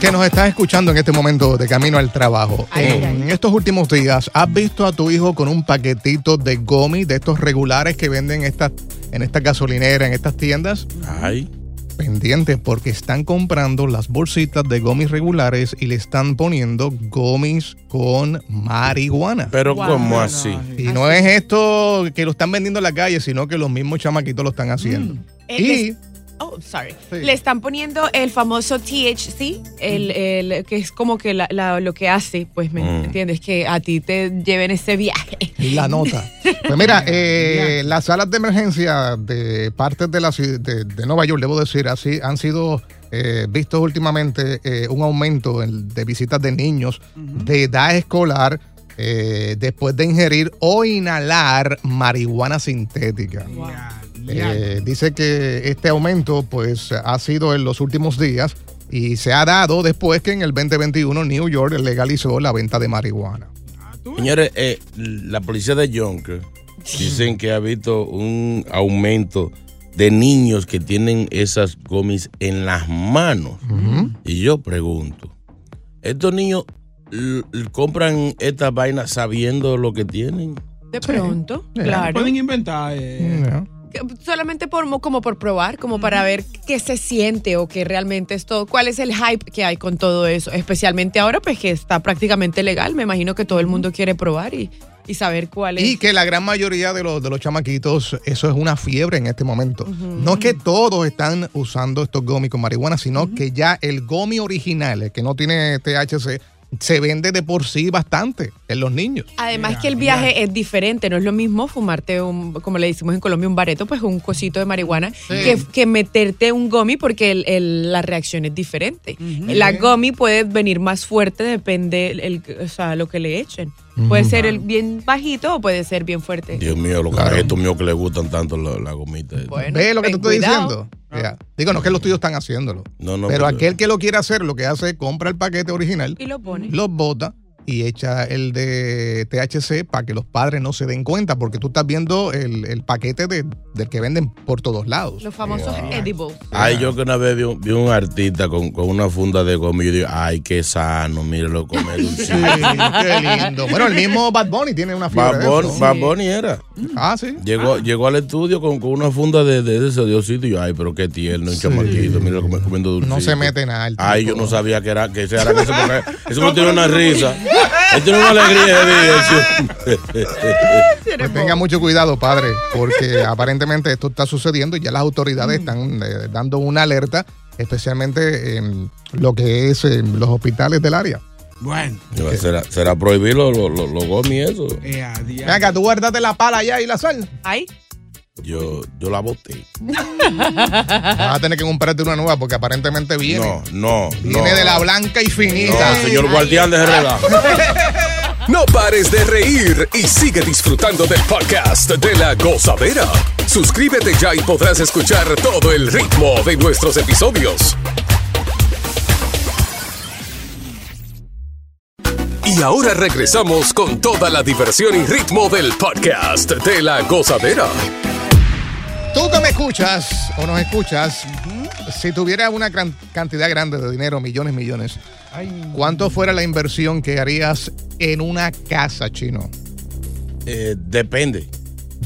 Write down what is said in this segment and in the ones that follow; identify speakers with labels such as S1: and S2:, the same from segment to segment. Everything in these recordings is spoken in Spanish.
S1: que nos estás escuchando en este momento de camino al trabajo.
S2: Ay,
S1: en,
S2: ay, ay.
S1: estos últimos días, ¿has visto a tu hijo con un paquetito de gomi de estos regulares que venden estas, en estas gasolineras, en estas tiendas?
S3: Ay.
S1: Pendientes porque están comprando las bolsitas de gomis regulares y le están poniendo gomis con marihuana.
S3: Pero
S2: Wow.
S3: ¿cómo
S2: No, no,
S3: así?
S1: Y no es esto que lo están vendiendo en la calle, sino que los mismos chamaquitos lo están haciendo.
S2: Eh,
S1: Y
S2: les- Oh, sorry.
S1: Sí.
S2: Le están poniendo el famoso THC, el, el- que es como que la- la- lo que hace, pues, ¿me
S3: Mm.
S2: entiendes? Que a ti te lleven ese viaje.
S1: La nota. Pues mira, eh, las salas de emergencia de partes de, la, ci- de, de Nueva York, debo decir, así, han sido eh, vistos últimamente eh, un aumento en- de visitas de niños de edad escolar eh, después de ingerir o inhalar marihuana sintética. Eh, dice que este aumento pues ha sido en los últimos días y se ha dado después que en el 2021 New York legalizó la venta de marihuana.
S3: Señores, eh, la policía de Yonkers dicen que ha visto un aumento de niños que tienen esas gomis en las manos. Y yo pregunto, ¿estos niños l- l- compran esta vaina sabiendo lo que tienen?
S2: De pronto,
S1: Sí.
S2: claro.
S4: Pueden inventar. eh.
S1: Ya.
S2: Que- Solamente por, mo- como por probar, como para ver qué se siente o qué realmente es todo. ¿Cuál es el hype que hay con todo eso? Especialmente ahora, pues, que está prácticamente legal. Me imagino que todo el mundo quiere probar y, y saber cuál es.
S1: Y que la gran mayoría de los, de los chamaquitos, eso es una fiebre en este momento. No es que todos están usando estos gomis con marihuana, sino que ya el gomi original, el que no tiene THC, se vende de por sí bastante en los niños.
S2: Además que el viaje es diferente, no es lo mismo fumarte un, como le decimos en Colombia, un bareto, pues un cosito de marihuana, que, que meterte un gomi porque el- el- la reacción es diferente. La gomi puede venir más fuerte, depende el, el- o sea, lo que le echen. Puede ser el bien bajito o puede ser bien fuerte.
S3: Dios mío, los
S1: Claro.
S3: caretos míos que les gustan tanto la, la gomita.
S2: Bueno,
S1: ¿Ves lo que te
S2: ten
S1: estoy
S2: cuidado. Ah.
S1: diciendo? Ya. Digo, no es que los tuyos están haciéndolo.
S3: No, pues, no,
S1: pero
S3: pero-
S1: aquel que lo quiere hacer, lo que hace es compra el paquete original,
S2: Y lo pone.
S1: los bota y echa el de THC para que los padres no se den cuenta, porque tú estás viendo el, el paquete de- del que venden por todos lados.
S2: Los famosos edibles.
S3: Ay, yo que una vez vi un, vi un artista con, con una funda de goma y yo digo, ay, qué sano, míralo comer
S1: Sí,
S3: dulce.
S1: qué lindo. Bueno, el mismo Bad Bunny tiene una fiebre de
S3: Baboni,
S1: eso.
S3: Baboni era.
S1: Ah, sí.
S3: Llegó, llegó al estudio con, con una funda de, de ese diosito y yo, ay, pero qué tierno, un chamaquito, mira come- comiendo dulce.
S1: No se mete nada. el
S3: Ay,
S1: tipo.
S3: yo no sabía que era que ese era que se ponía- Ese no tiene una risa. Él tiene una alegría de vida.
S1: Pues tenga mucho cuidado, padre, porque aparentemente esto está sucediendo y ya las autoridades están eh, dando una alerta, especialmente en lo que es en los hospitales del área.
S4: Bueno,
S3: sí. ¿Será, será prohibir los lo, lo, lo gomi eso?
S4: eh, a día-
S1: Venga, tú guardate la pala allá y la sal.
S2: Ay,
S3: Yo, yo la boté.
S1: Vas a tener que comprarte una nueva porque aparentemente viene.
S3: No, no, no.
S1: Viene de la blanca y finita.
S3: No, señor guardián de relajo.
S5: No pares de reír y sigue disfrutando del podcast de la gozadera. Suscríbete ya y podrás escuchar todo el ritmo de nuestros episodios. Y ahora regresamos con toda la diversión y ritmo del podcast de la gozadera.
S1: Tú que me escuchas o nos escuchas, si tuvieras una gran- cantidad grande de dinero, millones, millones, ¿cuánto fuera la inversión que harías en una casa, chino?
S3: Eh, depende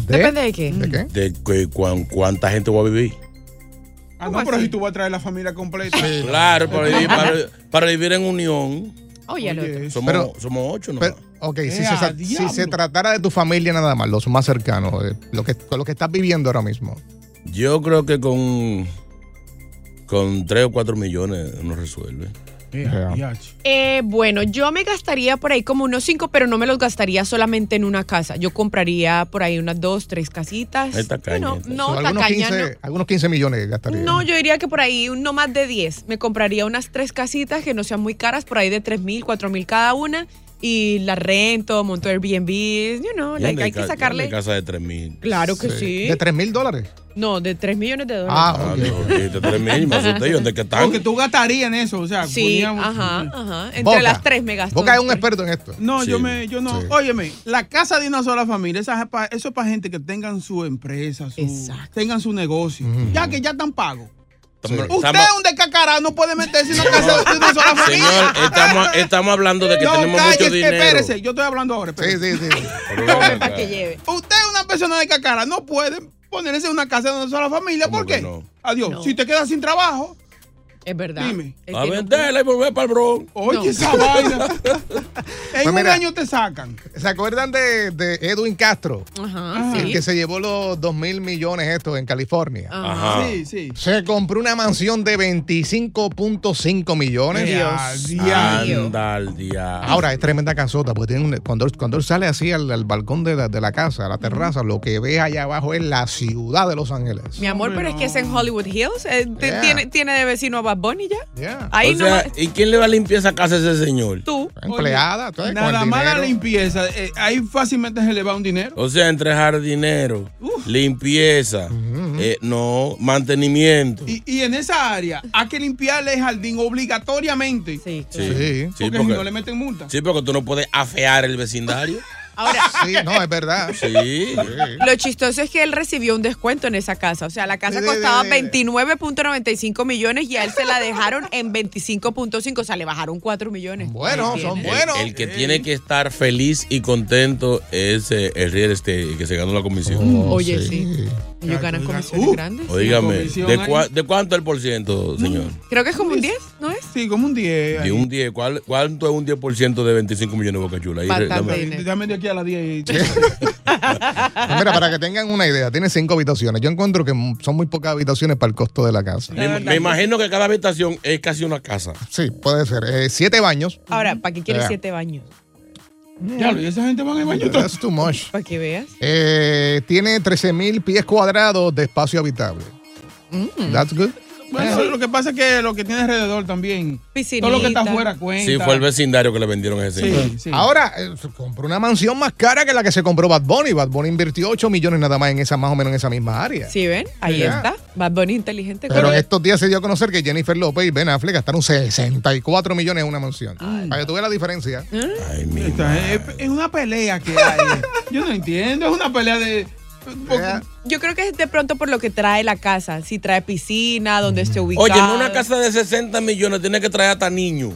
S1: ¿De?
S2: depende de qué.
S1: ¿De qué?
S3: de que cuán- cuánta gente va a vivir.
S4: Ah, no, pero si tú vas a traer la familia completa.
S3: Claro, para vivir, para, para vivir en unión.
S2: Oye, al otro.
S4: Oye,
S3: Somos,
S1: Pero-
S3: somos ocho, ¿no?
S1: Pero, ok, si,
S4: Eh,
S1: se, sa-
S4: a
S1: si
S4: diablo.
S1: se tratara de tu familia nada más, los más cercanos, eh, lo que, con lo que estás viviendo ahora mismo.
S3: Yo creo que con, con 3 o 4 millones uno resuelve.
S4: eh, a diache.
S2: Eh, bueno, yo me gastaría por ahí como unos cinco, pero no me los gastaría solamente en una casa. Yo compraría por ahí unas dos, tres casitas.
S3: Es tacaña,
S2: Bueno,
S3: entonces.
S2: no,
S1: So, algunos,
S2: tacaña
S1: 15, algunos 15 millones
S2: no.
S1: gastaría.
S2: No, yo diría que por ahí un- no más de diez. Me compraría unas tres casitas que no sean muy caras, por ahí de tres mil, cuatro mil cada una. y la rento, monto Airbnb, you know,
S3: Ya anda
S2: like, hay
S3: en
S2: que
S3: ca- ya anda en
S2: sacarle.
S3: casa de 3 mil.
S2: Claro que sí.
S1: ¿De 3 mil dólares?
S2: No, de 3 millones de dólares.
S1: Ah,
S3: Ah,
S1: ok.
S3: no, de 3 mil, me asusté. ¿y ¿Dónde que están?
S4: Porque tú gastarías en eso, o sea,
S2: sí,
S4: poníamos-
S2: ajá, ajá. Entre
S1: Boca.
S2: las tres me gasto.
S1: Boca es un experto en esto.
S4: No,
S3: Sí,
S4: yo me, yo no.
S1: sí.
S4: Óyeme, la casa de una sola familia, esa es pa- eso es para gente que tengan su empresa, su-
S2: Exacto.
S4: tengan su negocio, ya que ya están pagos.
S3: Estamos-
S4: Usted
S3: estamos-
S4: es un descacarado, no puede meterse en una casa de una sola familia.
S3: Señor, estamos, estamos hablando de que
S4: no,
S3: tenemos mucho
S4: cállese,
S3: dinero.
S4: espérese, yo estoy hablando ahora.
S1: Sí,
S4: espérese.
S1: sí, sí.
S3: Pero ven acá.
S2: para que lleve.
S4: Usted es una persona de cacara, no puede ponerse en una casa de una sola familia,
S3: ¿Cómo
S4: ¿por
S3: que
S4: qué?
S3: no?
S4: Adiós,
S2: No.
S4: si te quedas sin trabajo,
S2: Es verdad.
S4: Dime.
S2: Él
S3: A
S2: tiene un-
S3: venderla y volver para el Bronx.
S4: oye
S2: No.
S4: esa vaina,
S3: Pues
S4: en un
S1: mira.
S4: año te sacan.
S1: ¿Se acuerdan de, de Edwin Castro?
S2: Ajá,
S1: El
S2: sí. Ah.
S1: que se llevó los 2 mil millones estos en California.
S2: Ajá.
S3: Ajá.
S4: Sí, sí.
S1: Se compró una mansión de 25.5 millones.
S4: Ya,
S2: Dios.
S3: Anda al diablo.
S1: Ahora es tremenda cansota, porque tiene un- cuando, él- cuando él sale así al, al balcón de la, de la casa, a la terraza, lo que ve allá abajo es la ciudad de Los Ángeles.
S2: Mi amor, pero es que es en Hollywood Hills. eh, te-
S1: Yeah.
S2: tiene, tiene de vecino a Bad Bunny ya.
S1: Yeah.
S2: Ahí
S3: o
S2: no
S3: sea, ¿y quién le va a limpiar esa casa a ese señor?
S2: tú.
S1: Empleada, tú sabes, con el
S4: Nada más la
S1: dinero.
S4: limpieza, eh, ahí fácilmente se le va un dinero.
S3: O sea, entre jardinero, limpieza, eh, no, mantenimiento.
S4: Y, y en esa área hay que limpiarle el jardín obligatoriamente.
S2: Sí.
S3: Sí,
S1: Sí.
S3: sí,
S4: porque,
S3: porque,
S4: si no le meten multa.
S3: sí, porque tú no puedes afear el vecindario.
S2: Ahora,
S1: Sí, no, es verdad.
S3: Sí.
S2: lo chistoso es que él recibió un descuento en esa casa. O sea, la casa
S1: Sí, sí,
S2: costaba
S1: sí, sí.
S2: 29.95 millones y a él se la dejaron en 25.5. O sea, le bajaron 4 millones.
S1: Bueno,
S2: Ahí
S1: son
S2: tiene.
S1: buenos.
S3: El, el que tiene que estar feliz y contento es eh, el real estate que se ganó la comisión.
S2: Oye, sí. Ellos ganan
S4: tú digas,
S2: comisiones
S4: uh.
S2: grandes.
S3: Oígame,
S4: comisión
S3: ¿de,
S4: hay.
S3: cua- de cuánto es el por ciento, señor?
S2: Creo que es como un 10, ¿no es?
S4: Sí, como un 10.
S3: De
S4: ahí.
S3: un 10, ¿cuál- ¿cuánto es un 10% de 25 millones de Boca Chula? Ahí,
S2: Bastante.
S3: dame-
S2: dinero.
S4: Dame de aquí a las 10.
S1: Mira, para que tengan una idea, tiene cinco habitaciones. Yo encuentro que m- son muy pocas habitaciones para el costo de la casa.
S3: Me, me imagino que cada habitación es casi una casa.
S1: Sí, puede ser. Eh, siete baños.
S2: Ahora, ¿para qué quieres
S1: Yeah.
S2: 7 baños?
S4: Ya, y esa gente van al baño todo.
S1: That's too much.
S2: Para que veas.
S1: Eh, tiene 13.000 pies cuadrados de espacio habitable. That's good.
S4: Bueno, lo que pasa es que lo que tiene alrededor también.
S2: Piscinita.
S4: Todo lo que está afuera cuenta.
S3: Sí, fue el vecindario que le vendieron a ese señor.
S4: Sí, sí.
S1: Ahora, eh, se compró una mansión más cara que la que se compró Bad Bunny. Bad Bunny invirtió 8 millones nada más en esa, más o menos en esa misma área.
S2: Sí, ven, ahí
S1: Yeah.
S2: está. Bad Bunny inteligente.
S1: Pero
S2: Pero-
S1: en estos días se dio a conocer que Jennifer López y Ben Affleck gastaron 64 millones en una mansión. Para que tú veas la diferencia.
S3: Ay, mi
S4: Esta es, es una pelea que hay. Yo no entiendo, es una pelea de. porque-
S1: Yeah.
S2: Yo creo que es de pronto por lo que trae la casa. Si trae piscina, donde esté ubicada.
S3: Oye, en una casa de 60 millones tiene que traer hasta niños.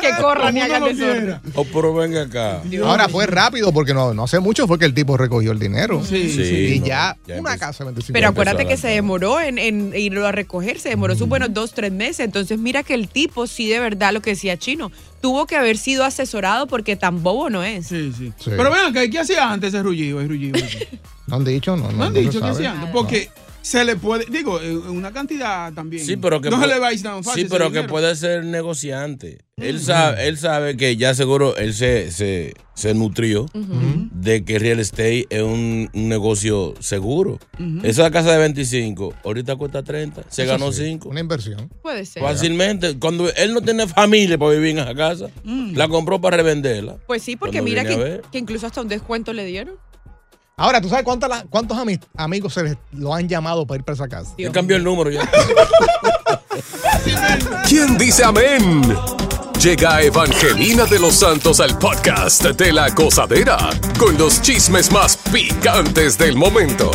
S2: Que
S4: como
S2: corran y
S4: uno
S2: hagan
S4: lo
S2: desorden.
S4: quiera.
S3: O pero venga acá.
S1: Ahora fue rápido porque no, no hace mucho fue que el tipo recogió el dinero.
S4: Sí, sí.
S3: Sí.
S1: Y
S3: no,
S1: ya,
S3: ya
S1: una
S3: empezó.
S1: casa de 25
S2: Pero
S3: empezó
S2: acuérdate
S3: la
S2: que se
S3: cara.
S2: demoró en, en irlo a recoger, se demoró sus buenos dos, tres meses. Entonces, mira que el tipo, sí, de verdad, lo que decía Chino, tuvo que haber sido asesorado porque tan bobo no es.
S4: Sí, sí.
S1: Sí.
S4: Pero vean, que ¿qué hacía antes ese rullido? El rullido.
S1: No han dicho, no, no,
S4: No han
S1: no se
S4: dicho qué
S1: sabe.
S4: hacía antes. Porque se le puede. Digo, eh, una cantidad también.
S3: Sí, pero que
S4: No se
S3: pu-
S4: le va a ir tan fácil.
S3: Sí, pero
S4: ese
S3: que
S4: dinero.
S3: puede ser negociante. Él sabe, él sabe que ya seguro él se, se, se nutrió de que real estate es un, un negocio seguro. Esa casa de 25, ahorita cuesta 30, se
S1: Eso
S3: ganó
S1: sí,
S3: 5.
S1: Una inversión.
S2: Puede ser.
S3: Fácilmente, cuando él no tiene familia para vivir en esa casa, la compró para revenderla.
S2: Pues sí, porque
S3: Cuando
S2: mira
S3: vine a
S2: que,
S3: ver.
S2: que incluso hasta un descuento le dieron.
S1: Ahora, ¿tú sabes cuántas la- cuántos ami- amigos se les, lo han llamado para ir para esa casa?
S3: Él cambió el número ya.
S5: ¿Quién dice amén? Llega Evangelina de los Santos al podcast de la gozadera con los chismes más picantes del momento.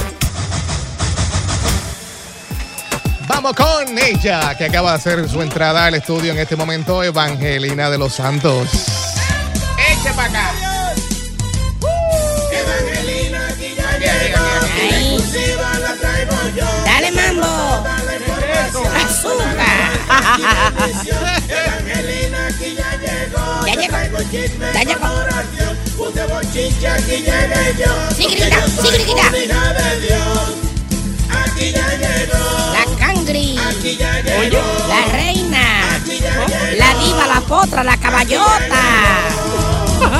S1: Vamos con ella, que acaba de hacer su entrada al estudio en este momento, Evangelina de los Santos.
S6: Dale mambo. Azúcar. Ya llegó. Ya llegó. Sí, grita, sí, grita. La cangri. La reina. La diva, la potra, la caballota.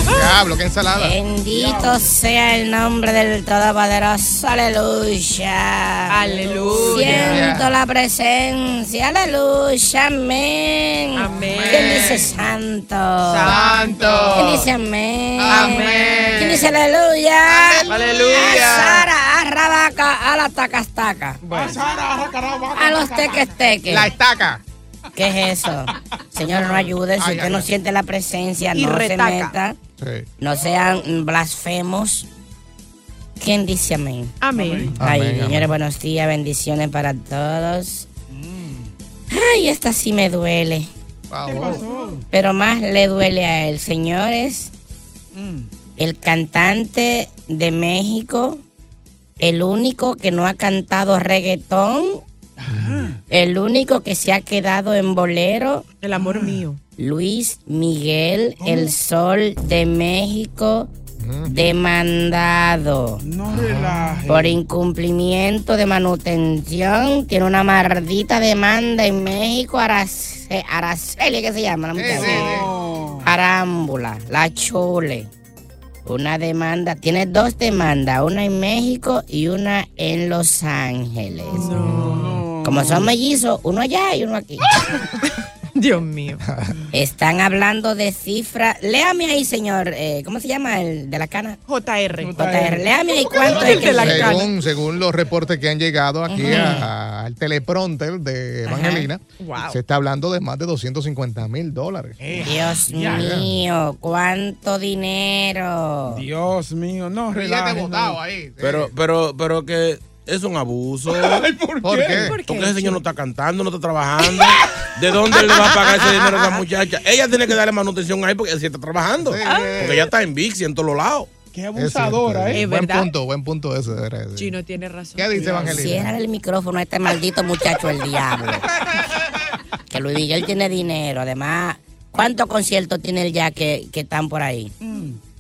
S1: Diablo, qué ensalada.
S7: Eh,
S6: Bendito sea el nombre del Todopoderoso, aleluya.
S2: Aleluya.
S6: Siento la presencia, aleluya, amén.
S2: Amén.
S6: ¿Quién dice santo? ¿Quién
S4: Santo.
S6: dice amén?
S4: Amén.
S6: ¿Quién dice aleluya? A
S4: Aleluya.
S6: Sara, a Rabaca, a las tacastaca,
S4: A Sara, arra, carabaca,
S6: a los
S4: carabaca.
S6: teques teques.
S1: La estaca.
S6: ¿Qué es eso? Señor, no ayude. Si
S1: Ay,
S6: usted
S1: ay,
S6: no
S1: ay.
S6: siente la presencia,
S2: Y
S6: no se
S2: retaca.
S6: meta.
S1: Sí.
S6: No sean blasfemos. ¿Quién dice amén?
S2: Amén.
S6: Ay,
S1: Amén,
S6: señores,
S1: amén.
S6: buenos días, bendiciones para todos. Ay, esta sí me duele,
S1: Wow.
S6: pero más le duele a él, señores.
S1: Mm.
S6: El cantante de México, el único que no ha cantado reggaetón,
S1: Ah.
S6: el único que se ha quedado en bolero,
S2: El amor mío.
S6: Luis Miguel, el sol de México, demandado.
S4: No relaje.
S6: Por incumplimiento de manutención, tiene una maldita demanda en México, Arace- Araceli, ¿qué se llama la muchacha?
S4: No.
S6: Arámbula, la Chole. Una demanda, tiene dos demandas, una en México y una en Los Ángeles. Como son mellizos, uno allá y uno aquí.
S2: Dios mío.
S6: Están hablando de cifras. Léame ahí, señor. eh, ¿Cómo se llama el de la cana?
S2: JR.
S6: JR, Léame ahí cuánto es
S2: El
S6: que
S2: de la
S6: se-
S2: cana.
S1: Según, según los reportes que han llegado aquí a- al teleprompter de Evangelina,
S2: Wow.
S1: se está hablando de más de 250 mil dólares.
S6: Dios mío, cuánto dinero.
S4: Dios mío, no relaje. no.
S1: ahí.
S3: Pero, pero, pero que es un abuso.
S1: ¿Por qué?
S2: ¿Por qué?
S3: Porque ese señor no está cantando, no está trabajando. ¿De dónde él le va a pagar ese dinero a esa muchacha? Ella tiene que darle manutención ahí porque él sí está trabajando.
S1: Sí.
S3: Porque ella está en Vixi en todos los lados.
S4: Qué
S1: Es cierto,
S4: abusadora,
S1: sí.
S4: ¿eh?
S2: Es
S1: Buen
S2: verdad.
S1: punto, buen punto ese. era ese.
S2: Chino tiene razón.
S1: ¿Qué dice Evangelina?
S6: Cierra el micrófono a este maldito muchacho el diablo. Que Luis Miguel tiene dinero. Además, ¿cuántos conciertos tiene él ya que, que están por ahí?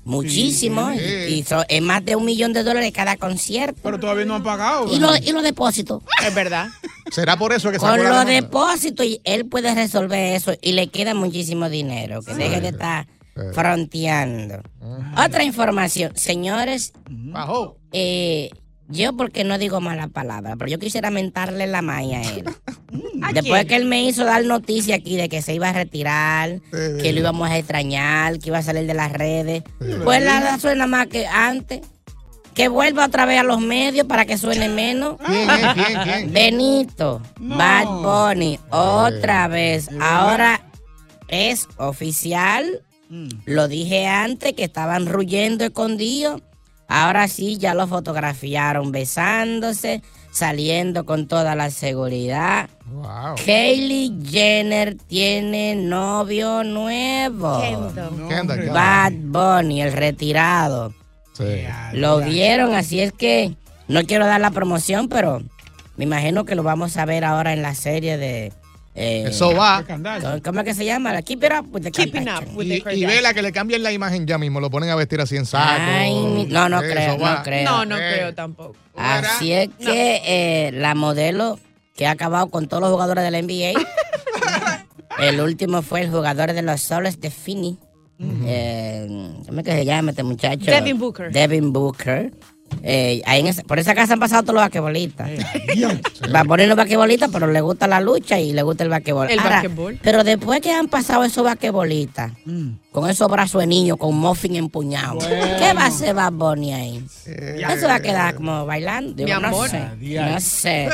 S6: Muchísimos. Y, y so- es más de un millón de dólares cada concierto.
S4: ¿eh? Pero todavía no han pagado.
S6: Y, lo- y los depósitos.
S2: Es verdad.
S1: ¿Será por eso que se
S6: Con
S1: acuerda
S6: los
S1: la nota?
S6: depósitos, y él puede resolver eso y le queda muchísimo dinero. Que deje de estar fronteando. Otra información, señores,
S1: Bajó.
S6: eh, yo porque no digo mala palabra, pero yo quisiera mentarle la malla a él. Después que él me hizo dar noticia aquí de que se iba a retirar, que lo íbamos a extrañar, que iba a salir de las redes, pues la verdad suena más que antes. Que vuelva otra vez a los medios para que suene menos.
S1: ¿Quién, eh? quién, quién?
S6: Benito, Bad Bunny, otra vez. Ahora es oficial. Lo dije antes que estaban ruyendo escondidos. Ahora sí, ya lo fotografiaron besándose, saliendo con toda la seguridad.
S1: Wow.
S6: Kylie Jenner tiene novio nuevo.
S1: Kendall, ya.
S6: Bad Bunny, el retirado.
S1: Sí.
S6: Lo vieron, así es que no quiero dar la promoción, pero me imagino que lo vamos a ver ahora en la serie de. eh,
S1: Eso va.
S4: Escandal.
S6: ¿cómo- ¿Cómo es que se llama? La Keep It Up with the
S2: Keeping up
S6: Kardashians.
S2: with
S1: Y,
S2: the
S1: y vela que le cambien la imagen ya mismo, lo ponen a vestir así en saco.
S6: Ay, mi- no, no
S1: Eso
S6: creo,
S1: va.
S6: no creo.
S2: No, no
S1: Eh.
S2: creo tampoco.
S6: Así es que eh, la modelo que ha acabado con todos los jugadores del NBA. el último fue el jugador de los soles de Finney. Eh, ¿Cómo es que se llama este muchacho?
S2: Devin Booker.
S6: Devin Booker. Eh, ahí en esa- por esa casa han pasado todos los vaquebolistas. Va a poner los vaquebolistas, pero le gusta la lucha y le gusta el vaquebol.
S2: El
S6: Ahora,
S2: vaquebol.
S6: Pero después que han pasado esos vaquebolistas, con esos brazos de niño, con muffin empuñado, ¿qué va a hacer Bad Bunny ahí? Eso va a quedar como bailando. Digo, No
S2: amor.
S6: sé. No sé.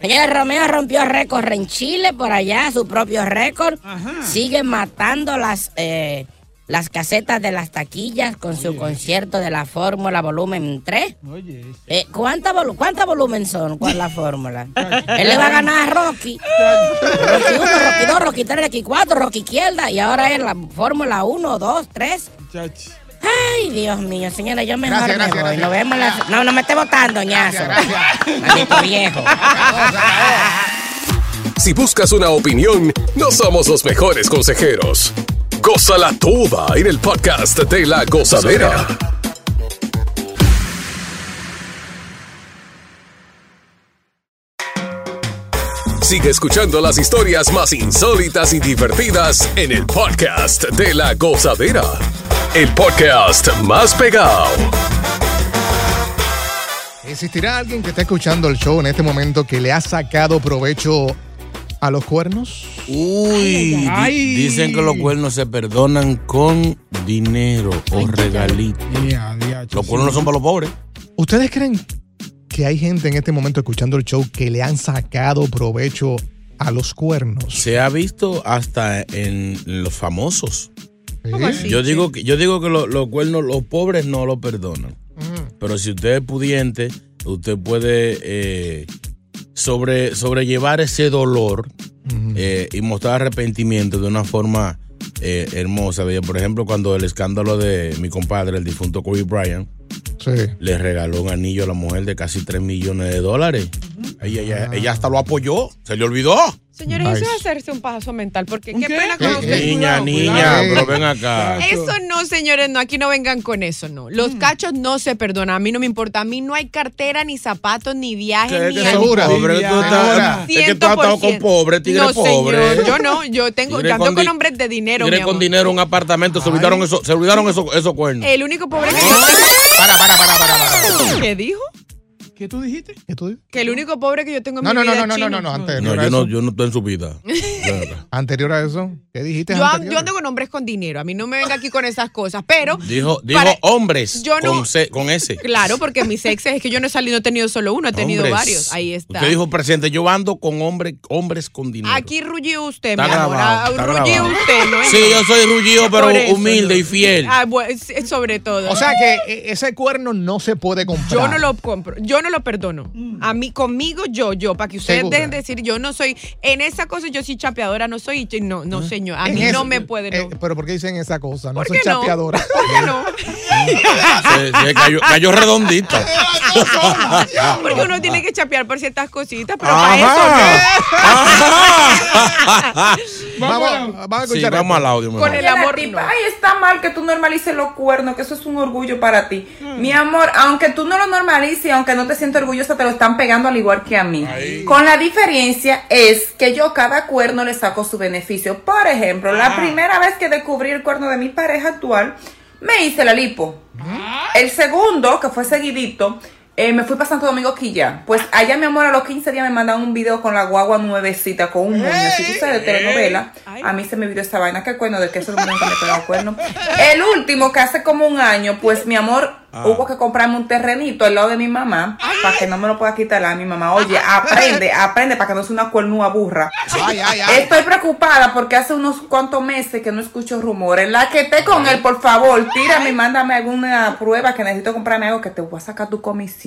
S6: Señores, Romeo rompió récord en Chile, por allá, su propio récord. Sigue matando las, eh, las casetas de las taquillas con su concierto de la Fórmula Volumen 3.
S4: Oye, ese.
S6: Eh, ¿cuánta, volu- cuánta volumen son? ¿Cuál es la fórmula? Él le va a ganar a Rocky. Rocky 1, Rocky 2, Rocky 3, Rocky 4, Rocky izquierda. Y ahora es la fórmula 1, 2, 3.
S4: Chachi.
S6: Ay, Dios mío, señora, yo mejor
S1: Gracias,
S6: me
S1: gracias,
S6: voy.
S1: gracias.
S6: Nos vemos la- No, no me esté votando, ñazo.
S1: gracias.
S6: Maldito viejo.
S5: Si buscas una opinión, no somos los mejores consejeros. Cosa la tuba en el podcast de la gozadera. Sigue escuchando las historias más insólitas y divertidas en el podcast de la gozadera. el podcast más pegado.
S1: ¿Existirá alguien que esté escuchando el show en este momento que le ha sacado provecho a los cuernos?
S3: Uy, di-
S4: Ay.
S3: dicen que los cuernos se perdonan con dinero o regalitos.
S4: Ya, ya,
S3: Los cuernos no son para los pobres.
S1: ¿Ustedes creen que hay gente en este momento escuchando el show que le han sacado provecho a los cuernos?
S3: Se ha visto hasta en los famosos.
S2: ¿Cómo así?
S3: Yo digo que, yo digo que lo- los cuernos, los pobres no lo perdonan.
S1: Mm.
S3: Pero si usted es pudiente, usted puede eh, sobre, sobrellevar ese dolor eh, y mostrar arrepentimiento de una forma eh, hermosa. Ve, Por ejemplo, cuando el escándalo de mi compadre, el difunto Kobe Bryant,
S1: Sí.
S3: le regaló un anillo a la mujer de casi 3 millones de dólares. Ella, ella- ella
S2: Ah.
S3: hasta lo apoyó, se le olvidó.
S2: Señores, eso
S1: Nice.
S2: es hacerse un paso mental, porque
S4: ¿Un
S2: qué,
S4: qué?
S2: pena con
S1: Eh,
S2: usted.
S1: eh.
S3: Niña,
S4: cuidado,
S3: niña,
S1: cuidado.
S3: pero ven acá.
S2: Eso no, señores, no, aquí no vengan con eso, no. Los cachos no se perdonan, a mí no me importa, a mí no hay cartera, ni zapatos, ni
S3: ¿Qué-
S2: viajes,
S3: qué
S2: ni
S1: te
S2: alcohol.
S1: segura?
S3: pobre, tú estás- es que tú has estado
S2: 100%.
S3: con pobre, tigre
S2: no,
S3: pobre.
S2: Señor, yo no, yo tengo,
S3: Tigre
S2: yo ando
S3: con
S2: con,
S3: di-
S2: hombres de dinero, mi
S3: Tigre con
S2: amor.
S3: dinero un apartamento, se olvidaron, eso, se olvidaron eso- esos cuernos.
S2: El único pobre que yo tengo.
S1: Para, para, para, para, para.
S2: ¿Qué dijo?
S4: ¿Qué tú dijiste?
S1: ¿Qué tú dices?
S2: Que el único pobre que yo tengo en
S1: No,
S2: mi
S1: no, no,
S2: vida
S1: no,
S2: es
S1: no, no,
S2: chino.
S1: no, no,
S3: No,
S1: anterior a
S3: yo no,
S1: eso.
S3: yo no estoy en su vida. Ven acá.
S1: Anterior a eso. ¿Qué dijiste
S2: Yo,
S1: anterior?
S2: yo ando con hombres con dinero. A mí no me venga aquí con esas cosas. Pero.
S3: Dijo, dijo
S2: para-
S3: hombres
S2: yo no-
S3: con, C- con S.
S2: Claro, porque mis exes es que yo no he salido, he tenido solo uno, he tenido
S3: Hombres.
S2: varios. Ahí está.
S3: Usted dijo, presidente, yo ando con hombre, hombres con dinero.
S2: Aquí rullí usted,
S3: Está
S2: mi amor.
S3: grabado, está
S2: Rullí
S3: grabado.
S2: usted, ¿no?
S3: Sí, yo soy rullido, pero
S2: Por eso,
S3: humilde
S2: ¿no?
S3: y fiel.
S2: Ah, bueno, sí, sobre todo.
S1: O sea que eh, ese cuerno no se puede comprar.
S2: yo no lo compro, yo no lo perdono. A mí, conmigo, yo, yo, para que ustedes
S1: Segura.
S2: dejen de decir, yo no soy, en esa cosa yo soy chapeadora, no soy, no, no, señor, a
S1: En
S2: mí
S1: eso-
S2: no me puede, no.
S1: eh, pero ¿por qué dicen esa cosa? No
S2: ¿Por
S1: soy
S2: qué no?
S1: chapeadora.
S2: ¿Por qué no? Ah,
S3: Se, se cayó, cayó redondita.
S2: Porque uno tiene que chapear por ciertas cositas, pero para eso
S3: Ajá. Ajá.
S1: vamos, vamos a
S3: Ah, Sí,
S1: escuchar.
S3: vamos al
S1: esto.
S3: audio,
S2: no.
S3: mejor.
S2: Con el
S8: Dice la
S2: amor
S8: tipa,
S2: no.
S8: Ay, está mal que tú normalices los cuernos, que eso es un orgullo para ti.
S2: Mm.
S8: Mi amor, aunque tú no lo normalices, aunque no te sientas orgullosa, te lo están pegando al igual que a mí. Con la diferencia es que yo cada cuerno le saco su beneficio. Por ejemplo, la primera vez que descubrí el cuerno de mi pareja actual, me hice la lipo. El segundo, que fue seguidito, eh, me fui para Santo Domingo Quilla. Pues allá, mi amor, a los 15 días me mandaron un video con la guagua nuevecita, con un moño. Si tú sabes de telenovela, a mí se me vio esa vaina. ¿Qué cuerno? ¿De qué se lo mandaron que me pegaba cuerno? El último, que hace como un año, pues mi amor, hubo que comprarme un terrenito al lado de mi mamá para que no me lo pueda quitar a mi mamá. Oye, aprende, aprende para que no sea una cuernúa burra.
S1: Ay, ay, ay.
S8: Estoy preocupada porque hace unos cuantos meses que no escucho rumores. La que esté con él, por favor, tírame y mándame alguna prueba que necesito comprarme algo que te voy a sacar tu comisión.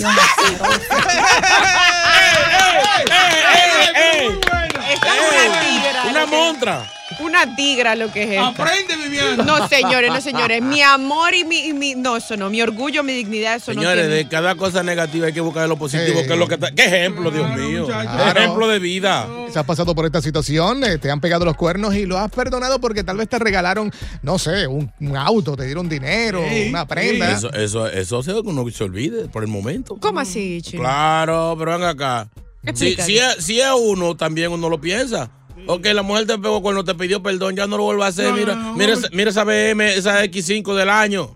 S2: Esta es una tigra.
S3: Una
S2: lo que-
S3: montra.
S2: Una tigra lo que es esto.
S4: Aprende, Viviana.
S2: No, señores, no, señores. Mi amor y mi, y mi- No, eso no. Mi orgullo, mi dignidad, eso
S3: Señores,
S2: no.
S3: de
S2: Tiene...
S3: cada cosa negativa hay que buscar lo positivo,
S1: Sí.
S3: que es lo que está- ¡Qué ejemplo, Dios mío!
S4: Eh. muchacho.
S3: ¡Qué ejemplo de vida!
S1: Se has pasado por esta situación, eh, te han pegado los cuernos y lo has perdonado porque tal vez te regalaron, no sé, un, un auto, te dieron dinero,
S4: Sí,
S1: una prenda.
S3: Eso, eso, eso hace que uno se olvide por el momento.
S2: ¿Cómo así, chino?
S3: Claro, pero ven acá. Si,
S2: Explícale.
S3: si, es, si es uno, también uno lo piensa. Ok, la mujer te pegó cuando te pidió perdón, ya no lo vuelva a hacer.
S4: No, no,
S3: mira,
S4: no,
S3: mira,
S4: no.
S3: esa- mira esa BM, esa X5 del año.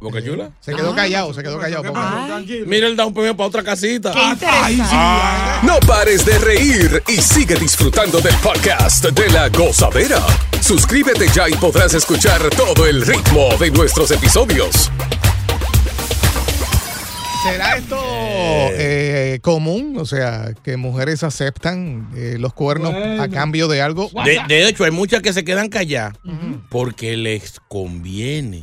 S3: Boca chula.
S1: Se quedó callado, se quedó callado.
S4: ¿Qué
S1: pobre.
S4: pasó? Tranquilo.
S3: Mira el down payment para otra casita.
S4: Ah,
S2: Qué interesante.
S5: No pares de reír y sigue disfrutando del podcast de la gozadera. Suscríbete ya y podrás escuchar todo el ritmo de nuestros episodios.
S1: ¿Será esto eh, común? O sea, que mujeres aceptan eh, los cuernos a cambio de algo.
S3: De, de hecho, hay muchas que se quedan calladas porque les conviene.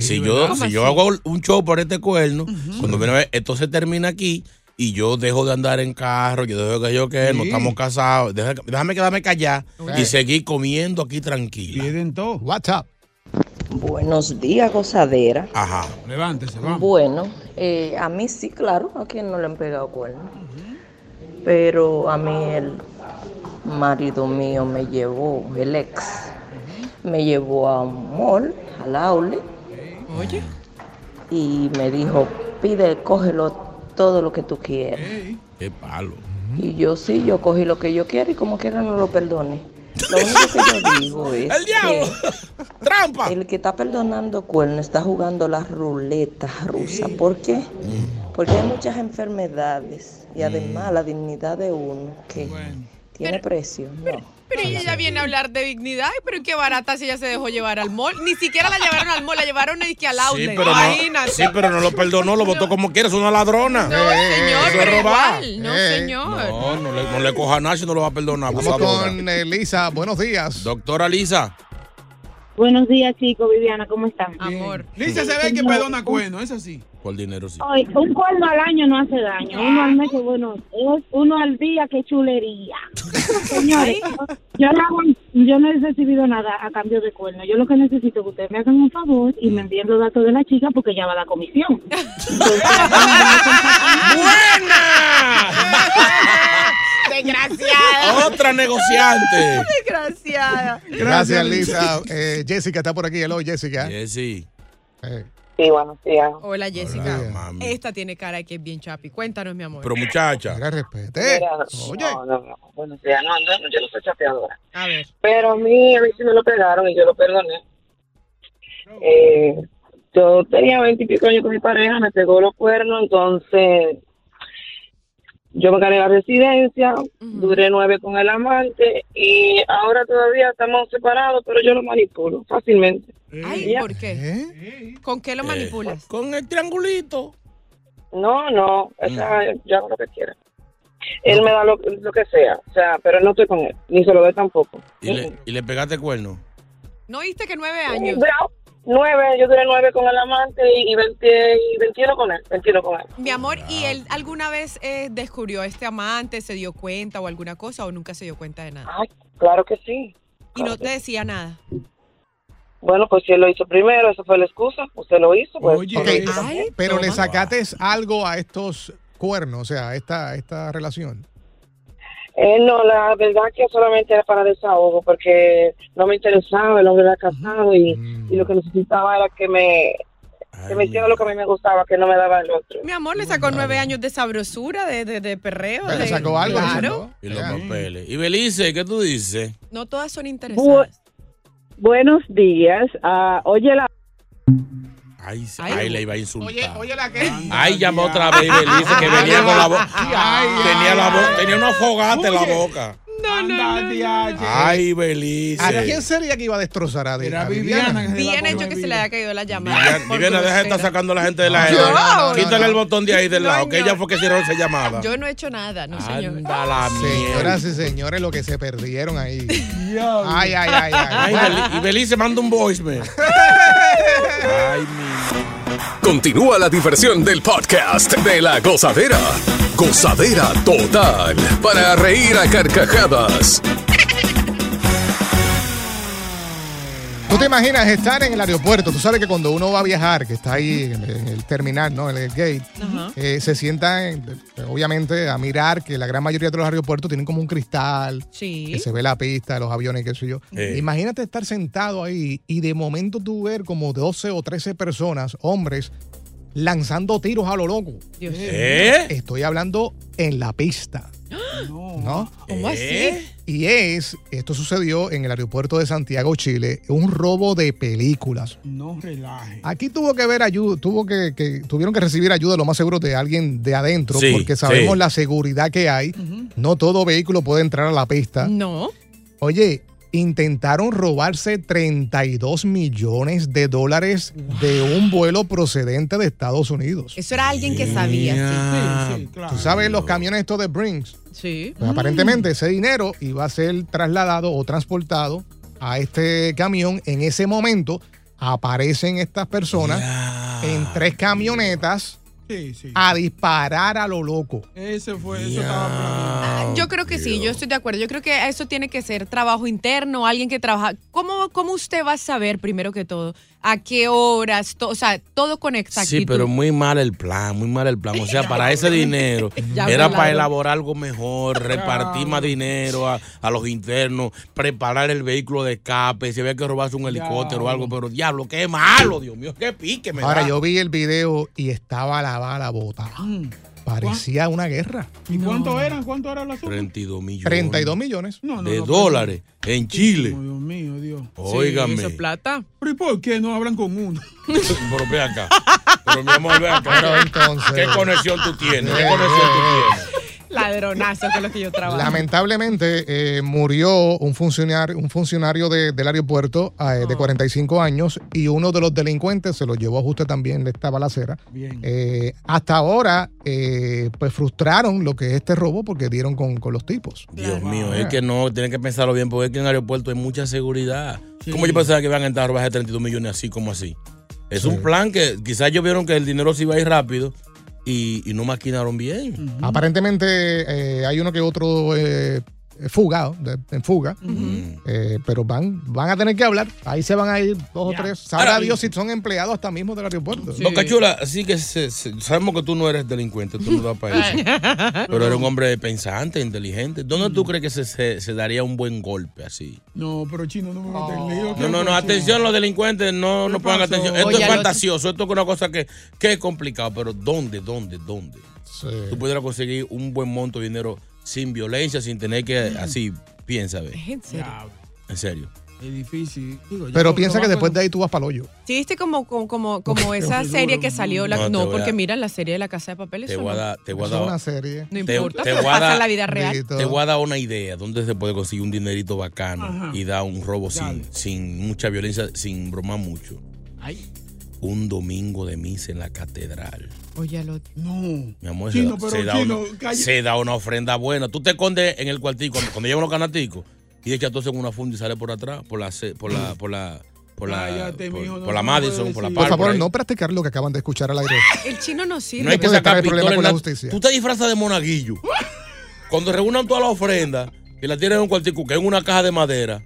S3: si yo, si yo hago un show por este cuerno, cuando viene a ver, esto se termina aquí y yo dejo de andar en carro, yo dejo que yo que no estamos casados, deja- déjame, quedarme callada y seguir comiendo aquí tranquila.
S4: Pierden todo.
S1: Oh, What's up?
S9: Buenos días, gozadera.
S3: Ajá.
S4: Levántese, vamos.
S9: Bueno, eh, a mí sí, claro, a quien no le han pegado cuerno. Pero a mí el marido mío me llevó, el ex, me llevó a un mall, al aule,
S2: Oye.
S9: y me dijo, pide, cógelo todo lo que tú quieras.
S3: Qué palo.
S9: Y yo sí, yo cogí lo que yo quiera y como quiera no lo perdone. Lo único que yo digo es
S3: ¡El diablo!
S9: que
S3: ¡Trampa!
S9: el que está perdonando cuerno está jugando la ruleta rusa. ¿Por qué?
S3: Mm.
S9: Porque hay muchas enfermedades y además la dignidad de uno que tiene precio. No.
S2: Pero ella ya viene a hablar de dignidad, Ay, pero qué barata si ella se dejó llevar al mall. Ni siquiera la llevaron al mall, la llevaron es que al
S3: Sí
S2: outlet.
S3: pero, no,
S2: Ah, Imagínate.
S3: sí, pero no lo perdonó, lo votó como quiera, es una ladrona.
S2: No, señor,
S3: Eh, eso es
S2: pero
S3: robar.
S2: igual. No,
S1: Eh,
S2: señor.
S3: No, no le, no le coja a Nacho, no lo va a perdonar.
S1: Vamos
S3: abusadora.
S1: con Elisa, buenos días.
S3: Doctora Lisa,
S10: Buenos días, chicos. Viviana, ¿cómo están?
S2: Amor.
S4: Lisa se ve que perdona cuerno, eso sí.
S3: ¿cuál dinero sí?
S10: Hoy, un cuerno al año no hace daño. Uno al mes, que bueno, es uno al día, qué chulería. Señores, yo no, hago- yo no he recibido nada a cambio de cuerno. Yo lo que necesito es que ustedes me hagan un favor y me envíen los datos de la chica porque ya va la comisión.
S3: ¡Buena!
S2: Desgraciada.
S3: Otra negociante.
S2: Desgraciada.
S1: Gracias, Lisa. Eh, Jessica está por aquí. Hello, Jessica.
S3: Jessy.
S1: Eh,
S10: Sí, buenos días.
S2: Hola, Jessica.
S3: Hola, mami.
S2: Esta tiene cara de que es bien chapi. Cuéntanos, mi amor.
S3: Pero muchacha.
S1: mira, respete. Oye.
S10: No, no, no. Buenos días. No, no, yo no soy chapeadora.
S2: A ver.
S10: Pero a mí a veces me lo pegaron y yo lo perdoné. Eh, yo tenía veintipico años con mi pareja, me pegó los cuernos, entonces yo me gané la residencia, duré nueve con el amante y ahora todavía estamos separados, pero yo lo manipulo fácilmente.
S2: Ay,
S10: Ya.
S2: ¿por qué?
S1: ¿Eh?
S2: ¿Con qué lo
S3: Eh,
S2: manipulas?
S3: Con el triangulito.
S10: No, no, o sea,
S3: Mm.
S10: yo hago lo que quiera. Él me da lo, lo que sea, o sea, pero no estoy con él, ni se lo doy tampoco.
S3: ¿Y le, y le pegaste cuerno?
S2: ¿No oíste que nueve años?
S10: Duró Nueve, yo duré nueve con el amante y, y, 20 y 21 con él, 21 con él.
S2: Mi amor, ¿y él alguna vez eh, descubrió a este amante, se dio cuenta o alguna cosa o nunca se dio cuenta de nada?
S10: Ay, claro que sí.
S2: Y no te decía nada.
S10: Bueno, pues si él lo hizo primero, esa fue la excusa, usted lo hizo, pues.
S4: Oye.
S1: Ok,
S2: Ay,
S1: pero le
S2: toma.
S1: sacaste algo a estos cuernos, o sea, a esta, a esta relación.
S10: Eh, no, la verdad que solamente era para desahogo, porque no me interesaba, el hombre era casado y,
S1: Mm.
S10: y lo que necesitaba era que me, que me hiciera lo que a mí me gustaba, que no me daba el otro.
S2: Mi amor, le sacó nueve años de sabrosura, de, de, de perreo.
S1: Pero
S2: de-
S1: sacó algo.
S2: Claro.
S3: Y los papeles. Y Belice, ¿qué tú dices?
S2: No todas son interesadas.
S10: Buenos días. Ah, oye, la
S3: Ay, sí,
S2: Ay.
S3: ay, le iba a insultar.
S1: la que.
S3: Ay, llamó otra vez Belice que venía con la boca. Tenía la boca, tenía una fogata en la boca.
S4: No, no,
S3: Ay,
S1: ¿A
S3: Belice.
S1: quién sería que iba a destrozar a,
S4: Era
S1: a
S4: Viviana. que se la
S2: Bien
S4: comió
S2: hecho que se
S4: viva.
S2: le haya caído la llamada.
S3: Viviana,
S2: por
S3: Viviana, deja de estar
S2: grosera.
S3: sacando a la gente de la
S1: No, no, no, no,
S3: Quítale
S1: no.
S3: el botón de ahí del
S2: No,
S3: lado, que
S2: no.
S3: ella fue que cerró esa llamada.
S2: Yo no he hecho nada, no señor.
S3: Anda la mierda.
S1: Señoras y señores, lo que se perdieron ahí. Ay, ay,
S3: Ay,
S1: ay, ay.
S3: Beli- y Belice manda un voicemail. Ay, mi.
S5: Continúa la diversión del podcast de la gozadera. Gozadera total. Para reír a carcajadas.
S1: ¿Tú te imaginas estar en el aeropuerto? Tú sabes que cuando uno va a viajar, que está ahí en en el terminal, ¿no? En el gate, eh, se sienta, en- obviamente, a mirar que la gran mayoría de los aeropuertos tienen como un cristal, que
S2: Sí.
S1: se ve la pista, los aviones, qué sé yo.
S3: Eh.
S1: Imagínate estar sentado ahí y de momento tú ver como 12 o 13 personas, hombres, lanzando tiros a lo loco.
S2: Dios.
S3: ¿Eh?
S1: Estoy hablando en la pista, ¿no?
S2: ¿Cómo así?
S3: ¿Eh?
S1: Y es, esto sucedió en el aeropuerto de Santiago, Chile, un robo de películas.
S4: No relaje.
S1: Aquí tuvo que ver ayuda, tuvo que, que- tuvieron que recibir ayuda, lo más seguro, de alguien de adentro,
S3: Sí,
S1: porque sabemos
S3: sí.
S1: la seguridad que hay. No todo vehículo puede entrar a la pista.
S2: No.
S1: Oye, intentaron robarse 32 millones de dólares de un vuelo procedente de Estados Unidos.
S2: Eso era alguien que sabía,
S4: Sí, sí, claro.
S1: Tú sabes los camiones estos de Brinks.
S2: sí. Sí.
S1: Pues Aparentemente ese dinero iba a ser trasladado o transportado a este camión. En ese momento aparecen estas personas en tres camionetas
S4: Sí, sí.
S1: a disparar a lo loco.
S4: Ese fue, eso estaba planeado.
S2: Ah,
S3: Oh,
S2: Yo creo que sí, yo estoy de acuerdo. Yo creo que eso tiene que ser trabajo interno, alguien que trabaja. ¿Cómo, cómo usted va a saber, primero que todo, a qué horas? To- o sea, todo con exactitud.
S3: Sí, pero muy mal el plan, muy mal el plan. O sea, para ese dinero
S2: Ya
S3: era
S2: me
S3: para
S2: la-
S3: elaborar algo mejor, repartir más dinero a, a los internos, preparar el vehículo de escape, si había que robarse un helicóptero o algo, pero diablo, qué malo, Dios mío, qué pique me
S1: Ahora
S3: da.
S1: yo vi el video y estaba la bala botada. Parecía una guerra.
S4: ¿Y cuánto eran? ¿Cuánto era el azúcar?
S3: 32 millones.
S1: 32 millones.
S4: No, no,
S3: de
S4: no, pero-
S3: dólares en Chile.
S4: Dios mío, Dios.
S3: Óigame.
S2: Esa plata.
S4: ¿Pero y por qué no hablan con uno?
S3: Pero ve acá. Pero mi amor, ve acá.
S1: Pero entonces-
S3: ¿Qué conexión tú tienes? ¿Qué
S1: Eh,
S3: conexión
S1: eh,
S3: tú tienes?
S2: Ladronazo con lo que yo trabajo.
S1: Lamentablemente eh, murió un funcionario, un funcionario de- del aeropuerto eh, de 45 años y uno de los delincuentes se lo llevó a ajuste también de esta balacera.
S4: Bien.
S1: Eh, hasta ahora, eh, pues frustraron lo que es este robo porque dieron con, con los tipos.
S3: Dios mío, es que no, tienen que pensarlo bien, porque es que en el aeropuerto hay mucha seguridad.
S4: Sí.
S3: ¿Cómo yo pensaba que iban a entrar a robar de 32 millones así como así? Es un plan que quizás ellos vieron que el dinero se iba a ir rápido y, y no maquinaron
S4: Mm.
S3: bien.
S1: Aparentemente eh, hay uno que otro eh, fugado, de- en fuga,
S3: Mm.
S1: eh, pero van, van a tener que hablar. Ahí se van a ir dos
S2: Ya.
S1: o tres. Sabrá
S3: Ahora-
S1: Dios si son empleados hasta mismo del aeropuerto.
S2: Sí.
S3: Boca Chula, así que se- se- sabemos que tú no eres delincuente, tú no das para eso. Pero eres un hombre pensante, inteligente. ¿Dónde tú crees que se, se- se daría un buen golpe así?
S4: No, pero chino, no me metes en lío.
S3: No, no, no, atención, los delincuentes no, no pongan
S4: pasó?
S3: atención. Esto
S2: Oye,
S3: es
S2: al otro-
S3: fantasioso, esto es una cosa que, que es complicado, pero ¿dónde, dónde, dónde?
S1: Sí.
S3: Tú pudieras conseguir un buen monto de dinero sin violencia, sin tener que
S4: Mm.
S3: así, piensa, ve,
S2: Es en serio.
S4: Ya,
S3: en serio.
S4: es difícil. Digo, ya
S1: Pero
S4: lo-
S1: piensa
S4: lo va
S1: que
S4: a
S1: después de
S4: poner-
S1: ahí tú vas para el hoyo.
S2: Sí, viste como, como, como, como esa
S4: Qué
S2: serie
S4: duro,
S2: que salió. La,
S3: no,
S2: no,
S3: te voy a-
S2: porque mira, la serie de la Casa de Papel,
S3: Te
S2: eso
S3: voy a
S2: no,
S3: dar, Ah, te voy a
S1: Eso es una
S3: dar,
S1: serie.
S2: no
S3: te-
S2: importa,
S3: te
S2: pero
S3: voy a
S2: pasa
S3: dar-
S2: en la vida real.
S1: Bendito.
S3: te voy a dar una idea dónde se puede conseguir un dinerito bacano
S4: Ajá.
S3: y dar un robo sin,
S4: Dale.
S3: sin mucha violencia, sin broma mucho.
S4: Ay,
S3: Un domingo de misa en la catedral.
S2: Oye, al otro.
S4: no.
S3: Mi amor,
S4: Chino,
S3: se, da,
S4: pero
S3: se da
S4: chino,
S3: una,
S4: calla.
S3: se da una ofrenda buena. Tú te escondes en el cuartico, cuando, cuando llegan los canaticos, y echas todo en una funda y sale por atrás, por la ce- por la, por la, por la,
S4: Cállate,
S3: por,
S4: mijo, no
S3: por la
S4: se puede
S3: Madison, por la
S4: decir.
S1: Por
S3: Park,
S1: favor,
S3: ahí.
S1: no practicar lo que acaban de escuchar al aire.
S2: El chino no sirve.
S3: No hay que
S1: puede
S3: sacar
S1: traer problemas
S3: pistola
S1: con
S3: en
S1: la
S3: la
S1: justicia.
S3: Tú te disfrazas de monaguillo. Cuando reúnan todas las ofrendas y la tienen en un cuartico, que es una caja de madera,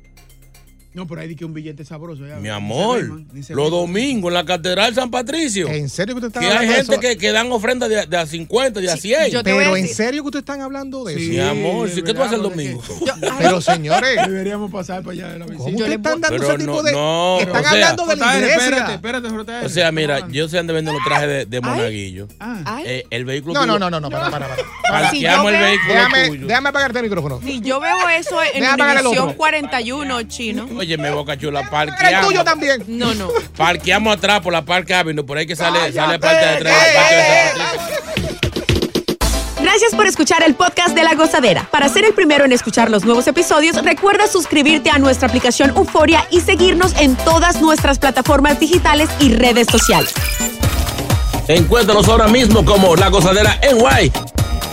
S4: No, pero ahí di que un billete sabroso. ya. Ni
S3: mi
S4: se
S3: amor,
S4: riman, ni se
S3: los
S4: riman.
S3: domingos en la catedral San Patricio,
S1: ¿En serio que ustedes están
S3: que hay
S1: hablando de
S3: gente
S1: eso?
S3: que, que dan ofrendas de, a- de a 50, de a 100.
S2: yo te- voy a
S1: Pero en
S2: decir-
S1: serio que ustedes están hablando de
S4: Sí,
S3: Mi
S1: eso.
S3: amor,
S4: de
S3: ¿sí? ¿qué tú haces el
S4: verdad,
S3: domingo?
S4: porque
S1: Pero señores,
S4: Deberíamos pasar para allá de la
S1: ¿cómo
S4: vecina.
S2: Yo
S1: ustedes
S2: le
S1: están
S2: voy-
S1: dando
S3: Pero
S1: ese tipo
S3: no,
S1: de.
S3: no,
S1: están
S3: o sea-
S1: hablando de la
S4: Rotael,
S1: iglesia.
S4: espérate, espérate, Rotael.
S3: O sea, mira,
S4: Ah,
S3: yo sé dónde venden los trajes de, de monaguillo.
S4: Ah,
S2: Ay,
S3: Eh, el vehículo
S1: No,
S3: tuyo-
S1: no, no, no, no, para, para, para.
S3: Parqueamos
S2: Si yo
S3: el
S2: veo-
S3: vehículo
S1: Déjame,
S3: tuyo.
S1: déjame apagarte el micrófono.
S2: si yo veo eso en
S1: Deja apagar el
S2: Univisión
S1: otro.
S2: 41, chino.
S3: Oye, me boca chula,
S1: Era el
S3: parqueamos.
S1: tuyo también.
S2: No, no.
S3: Parqueamos atrás por la Park Avenue, por ahí que sale, sale parte de atrás.
S1: ¡Ey,
S3: del parque de
S1: ey,
S3: San
S1: ey,
S3: Patricio.
S7: Gracias por escuchar el podcast de La Gozadera. Para ser el primero en escuchar los nuevos episodios, recuerda suscribirte a nuestra aplicación Euforia y seguirnos en todas nuestras plataformas digitales y redes sociales.
S3: Encuéntranos ahora mismo como La Gozadera en Guay.